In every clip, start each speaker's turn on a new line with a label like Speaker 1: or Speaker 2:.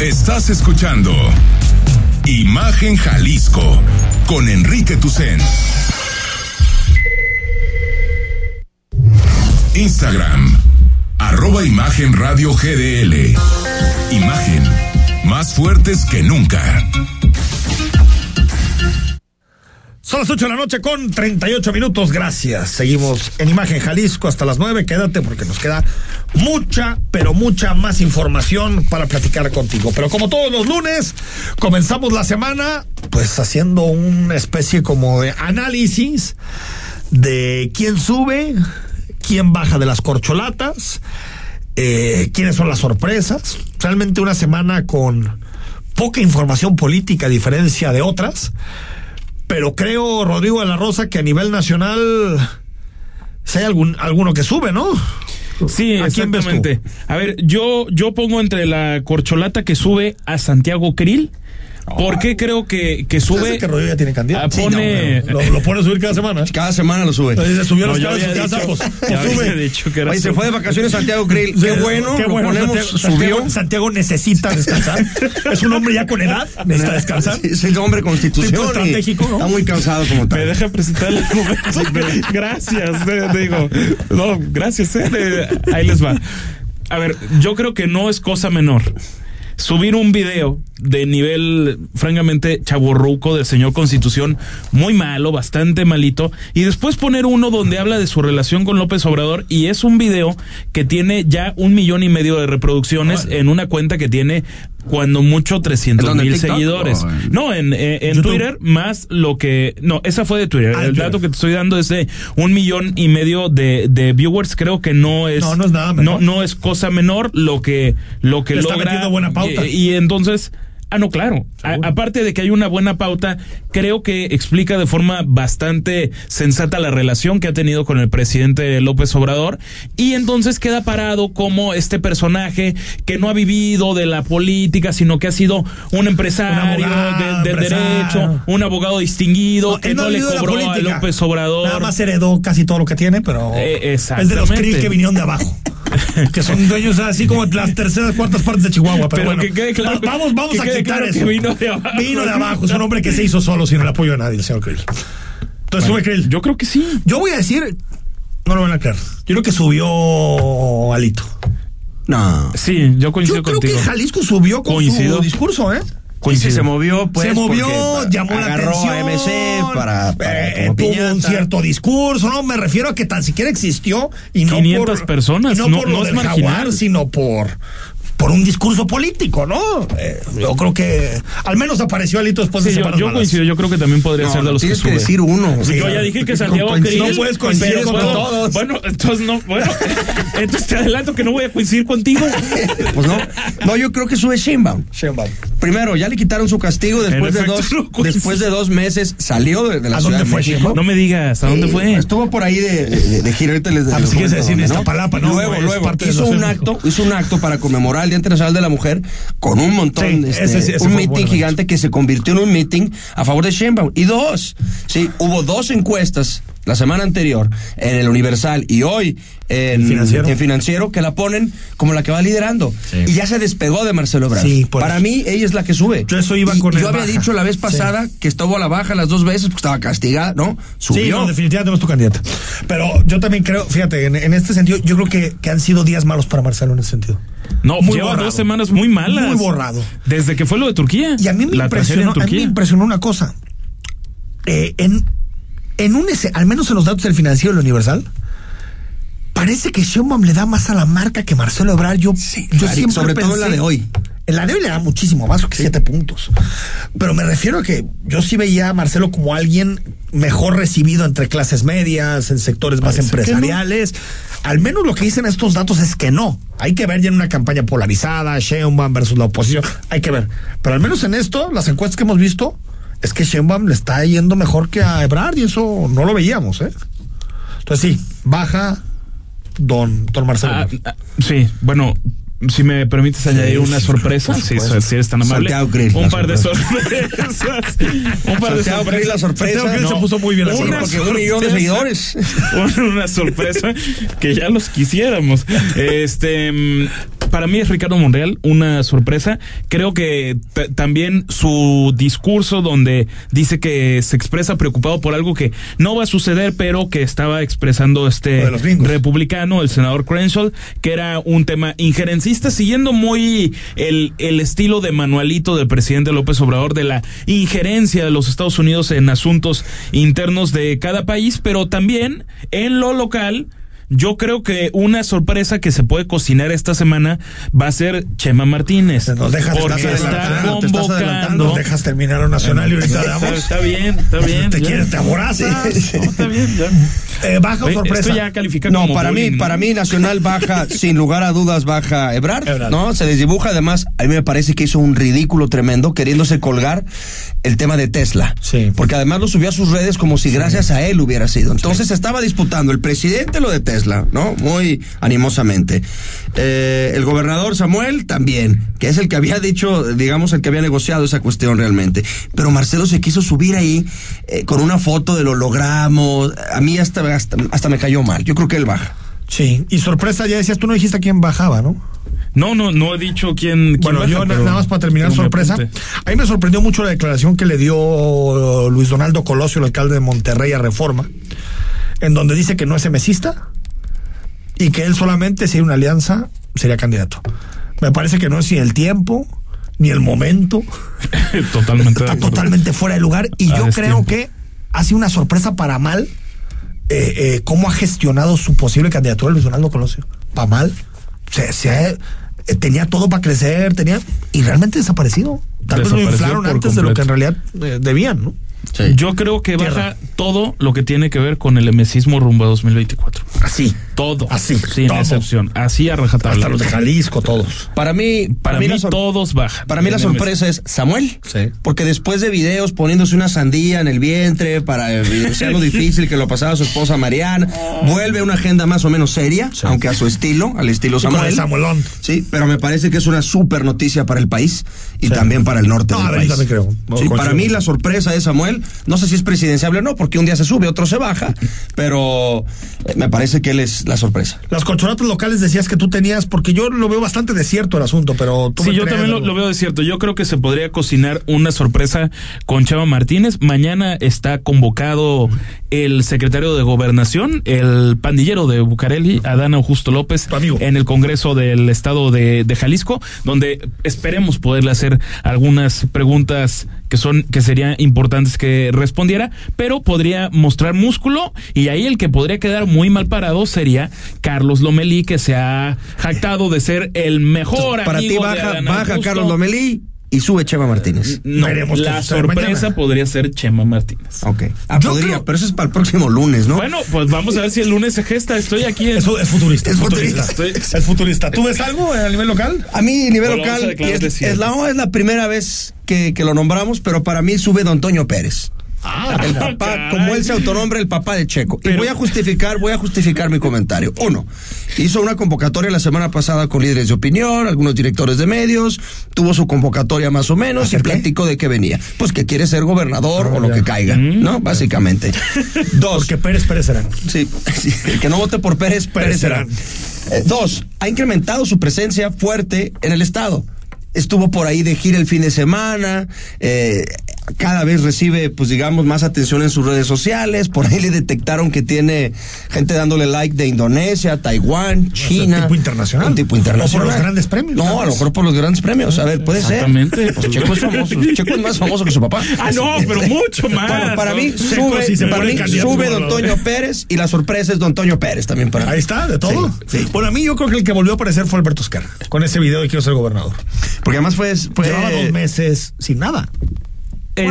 Speaker 1: Estás escuchando Imagen Jalisco con Enrique Tucent. Instagram, arroba Imagen Radio GDL. Imagen, más fuertes que nunca.
Speaker 2: Son las 8 de la noche con 38 minutos. Gracias. Seguimos en Imagen Jalisco hasta las 9. Quédate porque nos queda mucha, pero mucha más información para platicar contigo. Pero como todos los lunes, comenzamos la semana pues haciendo una especie como de análisis de quién sube, quién baja de las corcholatas, eh, quiénes son las sorpresas. Realmente una semana con poca información política a diferencia de otras pero creo, Rodrigo de la Rosa, que a nivel nacional si hay algún, alguno que sube, ¿no?
Speaker 3: Sí, ¿A exactamente. A ver, yo, yo pongo entre la corcholata que sube a Santiago Krill. Porque creo que, que sube.
Speaker 2: que Rodrigo ya tiene candidato.
Speaker 3: Ah, pone-
Speaker 2: Sí, no, no, lo, lo pone a subir cada semana. ¿eh?
Speaker 4: Cada semana lo sube.
Speaker 2: Se subió
Speaker 3: No,
Speaker 2: las
Speaker 3: ya
Speaker 2: caras de
Speaker 3: había
Speaker 2: su casa,
Speaker 3: dicho-
Speaker 2: pues,
Speaker 3: ya
Speaker 2: pues,
Speaker 3: había
Speaker 2: sube.
Speaker 3: dicho que era
Speaker 4: Oye, se
Speaker 3: sube.
Speaker 4: fue de vacaciones Santiago Grill. Qué bueno,
Speaker 2: Qué
Speaker 4: lo
Speaker 2: bueno,
Speaker 4: ponemos,
Speaker 2: Santiago,
Speaker 4: subió.
Speaker 2: Santiago- Santiago necesita descansar. es un hombre ya con edad, necesita descansar.
Speaker 4: Es el hombre
Speaker 2: Tipo
Speaker 4: constitución. y
Speaker 2: estratégico, ¿no?
Speaker 4: Está muy cansado como
Speaker 3: Me
Speaker 4: tal.
Speaker 3: deja presentar el momento. gracias, eh, digo. No, gracias. eh, de- ahí les va. A ver, yo creo que no es cosa menor. Subir un video de nivel, francamente, chaborruco del señor Constitución, muy malo, bastante malito, y después poner uno donde habla de su relación con López Obrador, y es un video que tiene ya un millón y medio de reproducciones en una cuenta que tiene, cuando mucho, 300
Speaker 4: ¿Dónde,
Speaker 3: mil
Speaker 4: TikTok
Speaker 3: seguidores.
Speaker 4: o en-
Speaker 3: No, en, eh, en
Speaker 2: YouTube.
Speaker 3: Twitter, más lo que. No, esa fue de Twitter.
Speaker 2: Ah, de
Speaker 3: el
Speaker 2: Twitter.
Speaker 3: dato que te estoy dando es de un millón y medio de, de viewers. Creo que no es.
Speaker 2: No, no es nada menor.
Speaker 3: No, no es cosa menor lo que, lo que
Speaker 2: Le está
Speaker 3: logra.
Speaker 2: metiendo buena pauta.
Speaker 3: Y, y entonces. Ah, no, claro. A- aparte de que hay una buena pauta, creo que explica de forma bastante sensata la relación que ha tenido con el presidente López Obrador. Y entonces queda parado como este personaje que no ha vivido de la política, sino que ha sido un empresario
Speaker 2: Un abogado,
Speaker 3: de, de
Speaker 2: empresario.
Speaker 3: derecho, un abogado distinguido
Speaker 2: No,
Speaker 3: que
Speaker 2: él no
Speaker 3: no,
Speaker 2: ha
Speaker 3: le
Speaker 2: vivido de la
Speaker 3: cobró a
Speaker 2: política.
Speaker 3: López Obrador.
Speaker 2: Nada más heredó casi todo lo que tiene, pero
Speaker 3: Eh,
Speaker 2: es de los
Speaker 3: exactamente.
Speaker 2: CRI que vinieron de abajo. que son dueños así como de las terceras, cuartas partes de Chihuahua. Pero,
Speaker 3: Pero
Speaker 2: bueno,
Speaker 3: que quede claro-
Speaker 2: va- vamos, vamos
Speaker 3: que
Speaker 2: a
Speaker 3: quede
Speaker 2: quitar
Speaker 3: claro que
Speaker 2: eso.
Speaker 3: vino de abajo.
Speaker 2: Vino de abajo. Es un hombre que se hizo solo sin el apoyo de nadie, el señor Krill. Entonces sube Krill. Yo,
Speaker 3: Yo creo que sí.
Speaker 2: voy a decir, no lo van a creer. Yo creo que subió Alito.
Speaker 4: No.
Speaker 3: Sí, yo
Speaker 2: Yo
Speaker 3: coincido
Speaker 2: creo
Speaker 3: contigo.
Speaker 2: que Jalisco subió con
Speaker 3: Coincido.
Speaker 2: su discurso, ¿eh?
Speaker 3: Coincido.
Speaker 4: Se movió, pues.
Speaker 2: se movió,
Speaker 4: porque
Speaker 2: llamó la
Speaker 4: agarró
Speaker 2: atención.
Speaker 4: a MC para. para
Speaker 2: eh,
Speaker 4: como
Speaker 2: tuvo
Speaker 4: piñata.
Speaker 2: un cierto discurso, no me refiero a que tan siquiera existió y no
Speaker 3: 500
Speaker 2: por,
Speaker 3: personas,
Speaker 2: y no,
Speaker 3: no-
Speaker 2: por lo
Speaker 3: no es
Speaker 2: del jaguar,
Speaker 3: marginal.
Speaker 2: sino por por un discurso político, ¿no? Eh, yo creo que al menos apareció Alito después de
Speaker 3: Sí, yo,
Speaker 2: semanas
Speaker 3: yo
Speaker 2: malas.
Speaker 3: coincido, yo creo que también podría
Speaker 4: No,
Speaker 3: ser de
Speaker 4: no,
Speaker 3: los que
Speaker 4: tienes que,
Speaker 3: sube.
Speaker 4: decir uno. o
Speaker 3: yo
Speaker 4: sea,
Speaker 3: ya dije que Santiago
Speaker 4: coincide-
Speaker 3: Krill-
Speaker 2: no puedes coincidir
Speaker 3: pero
Speaker 2: con
Speaker 3: bueno,
Speaker 2: todos.
Speaker 3: Bueno, entonces no, bueno, entonces te adelanto que no voy a coincidir contigo.
Speaker 4: Pues no. No, yo creo que sube Sheinbaum.
Speaker 2: Sheinbaum.
Speaker 4: Primero, ya le quitaron su castigo
Speaker 3: En
Speaker 4: después, de
Speaker 3: efecto,
Speaker 4: dos,
Speaker 3: no coincide.
Speaker 4: después de dos meses. Salió de, de la
Speaker 2: ¿A
Speaker 4: ciudad
Speaker 2: dónde
Speaker 4: de
Speaker 2: fue
Speaker 4: México.
Speaker 2: Sheinbaum?
Speaker 3: No me digas, ¿a dónde fue?
Speaker 4: Eh, Estuvo por ahí de, de, de gira, ahorita les
Speaker 2: Ah, pues,
Speaker 4: les
Speaker 2: ¿qué
Speaker 4: comento
Speaker 2: quieres decir?
Speaker 4: dónde, ¿no?
Speaker 2: Iztapalapa, ¿no?
Speaker 4: Luego,
Speaker 2: Es
Speaker 4: luego,
Speaker 2: parte de
Speaker 4: hizo
Speaker 2: los
Speaker 4: un
Speaker 2: eventos.
Speaker 4: acto, hizo un acto para conmemorar el Día Internacional de la Mujer con un montón,
Speaker 2: Sí,
Speaker 4: de este,
Speaker 2: ese sí, ese fue
Speaker 4: un
Speaker 2: bueno,
Speaker 4: meeting
Speaker 2: de
Speaker 4: gigante que se convirtió en un meeting a favor de Sheinbaum. Y dos, sí, hubo dos encuestas la semana anterior en el Universal y hoy en
Speaker 2: En Financiero.
Speaker 4: en Financiero, que la ponen como la que va liderando.
Speaker 2: Sí.
Speaker 4: Y ya se despegó de Marcelo Ebrard.
Speaker 2: Sí, por
Speaker 4: para
Speaker 2: eso.
Speaker 4: mí, ella es la que sube.
Speaker 2: Yo eso iba
Speaker 4: Y-
Speaker 2: con
Speaker 4: y
Speaker 2: el
Speaker 4: Yo había
Speaker 2: baja.
Speaker 4: dicho la vez
Speaker 2: Sí.
Speaker 4: pasada que estuvo a la baja las dos veces porque estaba castigada, ¿no? Subió.
Speaker 2: Sí, no, definitivamente no es tu candidato. Pero yo también creo, fíjate, en, en este sentido, yo creo que, que han sido días malos para Marcelo en ese sentido.
Speaker 3: No,
Speaker 2: Muy
Speaker 3: lleva
Speaker 2: borrado.
Speaker 3: dos semanas muy malas.
Speaker 2: Muy borrado.
Speaker 3: Desde que fue lo de Turquía.
Speaker 2: Y a mí me,
Speaker 3: La
Speaker 2: impresionó,
Speaker 3: tragedia en
Speaker 2: a mí me
Speaker 3: Turquía.
Speaker 2: impresionó una cosa. Eh, en, en un ese- al menos en los datos del financiero y del Universal, parece que Sheinbaum le da más a la marca que Marcelo Ebrard. Yo, yo
Speaker 4: claro, y
Speaker 2: siempre
Speaker 4: sobre todo en la
Speaker 2: pensé-
Speaker 4: de hoy.
Speaker 2: En la de hoy le da muchísimo más que siete puntos. Pero me refiero a que yo sí veía a Marcelo como alguien mejor recibido entre clases medias, en sectores más
Speaker 3: Parece que no.
Speaker 2: empresariales. Al menos lo que dicen estos datos es que no. Hay que ver ya en una campaña polarizada, Sheinbaum versus la oposición. Hay que ver. Pero al menos en esto, las encuestas que hemos visto, es que Sheinbaum le está yendo mejor que a Ebrard y eso no lo veíamos, ¿eh? Entonces sí, baja don, don Marcelo.
Speaker 3: Ah, ah, sí, bueno. Si me permites añadir una sorpresa,
Speaker 2: por
Speaker 3: si,
Speaker 2: supuesto.
Speaker 3: si eres tan amable.
Speaker 4: Santiago Grill, la
Speaker 3: un par de sorpresas. un par de
Speaker 4: Santiago Grill,
Speaker 3: sorpresas.
Speaker 4: la sorpresa.
Speaker 3: Santiago Grill
Speaker 4: No.
Speaker 3: se puso muy bien la
Speaker 4: Sí,
Speaker 3: sorpresa.
Speaker 4: porque un millón de seguidores.
Speaker 3: una sorpresa que ya los quisiéramos. Este, mm, para mí es Ricardo Monreal una sorpresa. Creo que t- también su discurso donde dice que se expresa preocupado por algo que no va a suceder, pero que estaba expresando este
Speaker 2: Lo de los gringos.
Speaker 3: republicano, el senador Crenshaw, que era un tema injerencista, siguiendo muy el, el estilo de manualito del presidente López Obrador de la injerencia de los Estados Unidos en asuntos internos de cada país, pero también en lo local. Yo creo que una sorpresa que se puede cocinar esta semana va a ser Chema Martínez.
Speaker 2: Nos dejas-
Speaker 3: porque
Speaker 2: te estás
Speaker 3: está
Speaker 2: adelantando,
Speaker 4: te estás
Speaker 3: convocando.
Speaker 4: adelantando.
Speaker 2: Nos dejas terminar a nacional y ahorita
Speaker 3: Está,
Speaker 2: damos.
Speaker 3: está bien, está bien.
Speaker 2: Te
Speaker 3: ya. Ah,
Speaker 2: quieres, te aborazas.
Speaker 3: No, está bien, ya.
Speaker 2: Eh, baja o
Speaker 3: Oye,
Speaker 2: sorpresa.
Speaker 3: Esto ya califica
Speaker 4: No,
Speaker 3: como
Speaker 4: para
Speaker 3: bullying,
Speaker 4: mí,
Speaker 3: ¿no?
Speaker 4: para mí Nacional baja, sin lugar a dudas baja Ebrard,
Speaker 2: Ebrard.
Speaker 4: ¿no? Se desdibuja, además, a mí me parece que hizo un ridículo tremendo queriéndose colgar el tema de Tesla.
Speaker 2: Sí.
Speaker 4: Porque además lo subió a sus redes como si gracias a él hubiera sido. Entonces estaba disputando el presidente lo de Tesla, ¿no? Muy animosamente. Eh, el gobernador Samuel también, que es el que había dicho, digamos, el que había negociado esa cuestión realmente. Pero Marcelo se quiso subir ahí eh, con una foto del hologramo. A mí hasta, hasta, hasta me cayó mal. Yo creo que él baja.
Speaker 2: Sí, y sorpresa, ya decías, tú no dijiste quién bajaba, ¿no?
Speaker 3: No, no, no he dicho quién. quién
Speaker 2: Bueno,
Speaker 3: baja,
Speaker 2: yo na-
Speaker 3: pero-
Speaker 2: nada más para terminar
Speaker 3: pero me
Speaker 2: sorpresa.
Speaker 3: apunté.
Speaker 2: A mí me sorprendió mucho la declaración que le dio Luis Donaldo Colosio, el alcalde de Monterrey a Reforma, en donde dice que no es emesista y que él solamente si hay una alianza sería candidato. Me parece que no es ni el tiempo ni el momento,
Speaker 3: Totalmente. de
Speaker 2: está
Speaker 3: acuerdo.
Speaker 2: totalmente fuera de lugar y
Speaker 3: Ah,
Speaker 2: yo
Speaker 3: es
Speaker 2: creo
Speaker 3: tiempo.
Speaker 2: que ha sido una sorpresa para mal eh, eh, cómo ha gestionado su posible candidatura Luis Donaldo Colosio. Para mal. Se, se ha- eh, tenía todo para crecer, tenía y realmente desaparecido. Tal vez lo
Speaker 3: Desapareció
Speaker 2: inflaron
Speaker 3: por
Speaker 2: antes de lo que en
Speaker 3: completo.
Speaker 2: realidad eh, debían, ¿no?
Speaker 3: Yo creo que
Speaker 2: Tierra.
Speaker 3: baja todo lo que tiene que ver con el emesismo rumbo a 2024.
Speaker 2: Así.
Speaker 3: Todo.
Speaker 2: Así,
Speaker 3: Sin
Speaker 2: todo.
Speaker 3: excepción. Así a rajatabla.
Speaker 2: Hasta los de Jalisco, todos.
Speaker 4: Para mí,
Speaker 3: Para mí,
Speaker 4: la sor-
Speaker 3: todos bajan.
Speaker 4: Para mí la
Speaker 3: En el mes.
Speaker 4: sorpresa es Samuel.
Speaker 2: Sí.
Speaker 4: Porque después de videos poniéndose una sandía en el vientre para evidenciar lo difícil que lo pasaba su esposa Mariana,
Speaker 2: Ah.
Speaker 4: vuelve a una agenda más o menos seria, aunque a su estilo, al estilo
Speaker 2: Como el
Speaker 4: Samuel.
Speaker 2: Samuelón.
Speaker 4: Sí, pero me parece que es una súper noticia para el país y
Speaker 2: Sí.
Speaker 4: también para el norte
Speaker 2: No, a
Speaker 4: del
Speaker 2: ver,
Speaker 4: país.
Speaker 2: yo también creo. No,
Speaker 4: Sí,
Speaker 2: coincido.
Speaker 4: para mí la sorpresa es Samuel. No sé si es presidenciable o no, porque un día se sube, otro se baja, pero eh, me parece que él es la sorpresa.
Speaker 2: Las corchoratas locales decías que tú tenías, porque yo lo veo bastante desierto el asunto, pero tú
Speaker 3: Sí,
Speaker 2: me
Speaker 3: yo
Speaker 2: traes
Speaker 3: también lo,
Speaker 2: algo.
Speaker 3: lo veo de cierto. Yo creo que se podría cocinar una sorpresa con Chava Martínez. Mañana está convocado el secretario de Gobernación, el pandillero de Bucareli, Adán Augusto López,
Speaker 2: Tu amigo.
Speaker 3: en el Congreso del Estado de, de Jalisco, donde esperemos poderle hacer algunas preguntas que son que serían importantes que respondiera, pero podría mostrar músculo y ahí el que podría quedar muy mal parado sería Carlos Lomelí, que se ha jactado de ser el mejor mejor
Speaker 4: para ti
Speaker 3: amigo de
Speaker 4: baja,
Speaker 3: Adán
Speaker 4: baja
Speaker 3: Augusto.
Speaker 4: Carlos Lomelí y sube Chema Martínez.
Speaker 3: No,
Speaker 2: Veremos qué
Speaker 3: la
Speaker 2: sucede
Speaker 3: sorpresa
Speaker 2: mañana.
Speaker 3: podría ser Chema Martínez.
Speaker 4: Ok. Ah,
Speaker 2: Yo
Speaker 4: podría,
Speaker 2: creo-
Speaker 4: pero eso es para el próximo lunes, ¿no?
Speaker 3: Bueno, pues vamos a ver si el lunes se gesta. Estoy aquí en.
Speaker 2: Eso es futurista.
Speaker 4: Es
Speaker 3: futurista. Estoy-
Speaker 2: Es futurista. ¿Tú ves algo eh, a nivel local?
Speaker 4: A mí,
Speaker 3: Bueno,
Speaker 4: nivel
Speaker 3: vamos a
Speaker 4: local,
Speaker 3: declarar
Speaker 4: es,
Speaker 3: desierto.
Speaker 4: es la, es la primera vez que, que lo nombramos, pero para mí sube Don Toño Pérez.
Speaker 2: Ah,
Speaker 4: El papá,
Speaker 3: caray.
Speaker 4: como él se autonombra, el papá de Checo. y
Speaker 3: Pero-
Speaker 4: voy a justificar, voy a justificar mi comentario. Uno, hizo una convocatoria la semana pasada con líderes de opinión, algunos directores de medios, tuvo su convocatoria más o menos y
Speaker 2: ¿Hacer qué?
Speaker 4: platicó de qué venía. Pues que quiere ser gobernador
Speaker 2: Ah,
Speaker 4: o lo
Speaker 2: ya.
Speaker 4: que caiga,
Speaker 3: Mm.
Speaker 4: ¿no? Básicamente. Dos.
Speaker 2: Porque Pérez Pérez será.
Speaker 4: Sí, sí, el que no vote por Pérez,
Speaker 2: Pérez
Speaker 4: Pérez será. Eh, dos, ha incrementado su presencia fuerte en el Estado. Estuvo por ahí de gira el fin de semana, eh, cada vez recibe, pues digamos, más atención en sus redes sociales. Por ahí le detectaron que tiene gente dándole like de Indonesia, Taiwán, China.
Speaker 2: tipo internacional.
Speaker 4: Un
Speaker 2: O
Speaker 4: tipo
Speaker 2: por
Speaker 4: internacional.
Speaker 2: los grandes premios, tal
Speaker 4: No, a
Speaker 2: vez.
Speaker 4: lo mejor por los grandes premios. A ver, puede ser.
Speaker 3: Exactamente.
Speaker 4: ¿eh? Pues Checo es famoso. Checo es más famoso que su papá.
Speaker 3: Ah, no, pero mucho más.
Speaker 4: Bueno, para
Speaker 3: ¿no?
Speaker 4: mí
Speaker 2: Checo
Speaker 4: sube,
Speaker 2: sí se
Speaker 4: para
Speaker 2: pone
Speaker 4: mí
Speaker 2: candidato
Speaker 4: sube Don
Speaker 2: gobernador.
Speaker 4: Toño Pérez y la sorpresa es Don Toño Pérez también para mí.
Speaker 2: Ahí está, de todo.
Speaker 4: Sí, sí.
Speaker 2: Bueno, a mí yo creo que el que volvió a aparecer fue Alberto Esquerra, con ese video de quiero ser gobernador.
Speaker 4: Porque además fue, fue-
Speaker 2: Llevaba dos meses sin nada. Bueno,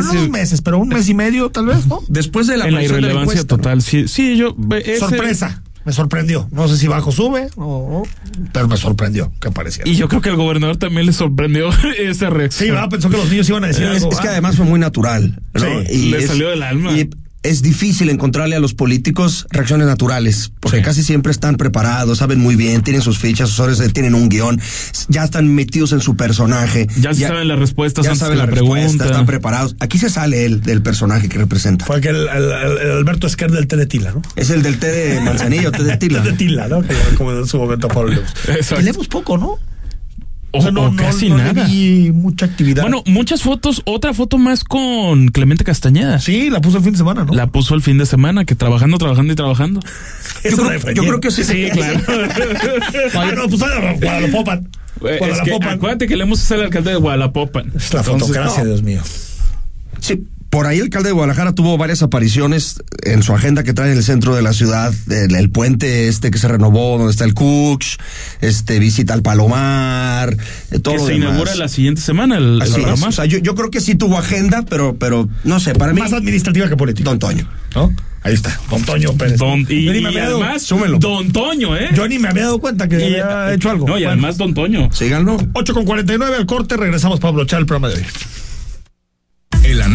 Speaker 3: Pues, Ese-
Speaker 2: no dos meses, pero un mes y medio tal vez, ¿no?
Speaker 4: después de la,
Speaker 3: en la
Speaker 4: aparición de la
Speaker 3: irrelevancia
Speaker 4: encuesta, ¿no?
Speaker 3: total. Sí, sí, yo. ese-
Speaker 2: Sorpresa. Me sorprendió. No sé si bajo sube o... o- Pero me sorprendió que apareciera.
Speaker 3: Y yo creo que al gobernador también le sorprendió esa reacción.
Speaker 2: Sí, ¿verdad? Pensó que los niños iban a decir
Speaker 4: Es,
Speaker 2: algo. Ah,
Speaker 4: es que
Speaker 2: ¿verdad?
Speaker 4: además fue muy natural. ¿no?
Speaker 2: Sí,
Speaker 3: le salió del alma.
Speaker 4: y es difícil encontrarle a los políticos reacciones naturales, porque
Speaker 3: Sí.
Speaker 4: casi siempre están preparados, saben muy bien, tienen sus fichas, sus horas, tienen un guión, ya están metidos en su personaje.
Speaker 3: Ya se saben las respuestas
Speaker 4: ya
Speaker 3: antes
Speaker 4: saben
Speaker 3: de la
Speaker 4: las respuestas,
Speaker 3: pregunta.
Speaker 4: Están preparados. Aquí se sale él del personaje que representa.
Speaker 2: Fue aquel el, el- el Alberto Esquerra del té de tila, ¿no?
Speaker 4: Es el del té de manzanillo, té de
Speaker 2: Té
Speaker 4: tila.
Speaker 2: de tila, ¿no? Que- Como en su momento Pablo Lemus.
Speaker 3: Exacto.
Speaker 2: Y Lemus poco, ¿no?
Speaker 3: O, o casi
Speaker 2: no le
Speaker 3: nada.
Speaker 2: vi mucha actividad.
Speaker 3: Bueno, muchas fotos, otra foto más con Clemente Castañeda.
Speaker 2: sí, la puso el fin de semana, ¿no?
Speaker 3: La puso el fin de semana, que trabajando, trabajando y trabajando.
Speaker 2: Esa
Speaker 4: creo-
Speaker 2: la defendí.
Speaker 4: yo creo que sí.
Speaker 3: Sí, claro.
Speaker 2: Ah, no, pues ahora Guadalapopan.
Speaker 3: Eh, es que
Speaker 2: Guadalapopan.
Speaker 3: acuérdate que le hemos hecho al alcalde de Guadalapopan.
Speaker 2: Es la
Speaker 3: Entonces,
Speaker 2: fotocracia,
Speaker 3: no.
Speaker 2: Dios mío.
Speaker 4: Sí, por ahí el alcalde de Guadalajara tuvo varias apariciones en su agenda que trae en el centro de la ciudad, el, el puente este que se renovó, donde está el Cooks, este visita al Palomar, eh, todo
Speaker 3: Que
Speaker 4: lo
Speaker 3: se
Speaker 4: demás.
Speaker 3: inaugura la siguiente semana el, el
Speaker 4: Así es.
Speaker 3: Palomar.
Speaker 4: O sea, yo, yo creo que sí tuvo agenda, pero, pero no sé, para mí,
Speaker 2: Más administrativa que política.
Speaker 4: Don Toño.
Speaker 2: ¿No? Ahí está. Don Toño Pérez.
Speaker 3: Don- y,
Speaker 2: Yo ni me
Speaker 3: y
Speaker 2: había dado-
Speaker 3: además,
Speaker 4: súmelo.
Speaker 3: Don Toño, ¿eh?
Speaker 2: Yo ni me había dado cuenta que
Speaker 3: Y-
Speaker 2: había hecho algo.
Speaker 3: No, y
Speaker 2: Bueno,
Speaker 3: además Don Toño.
Speaker 4: Síganlo.
Speaker 2: 8 con 49 al corte, regresamos para brochar el programa de hoy.
Speaker 1: El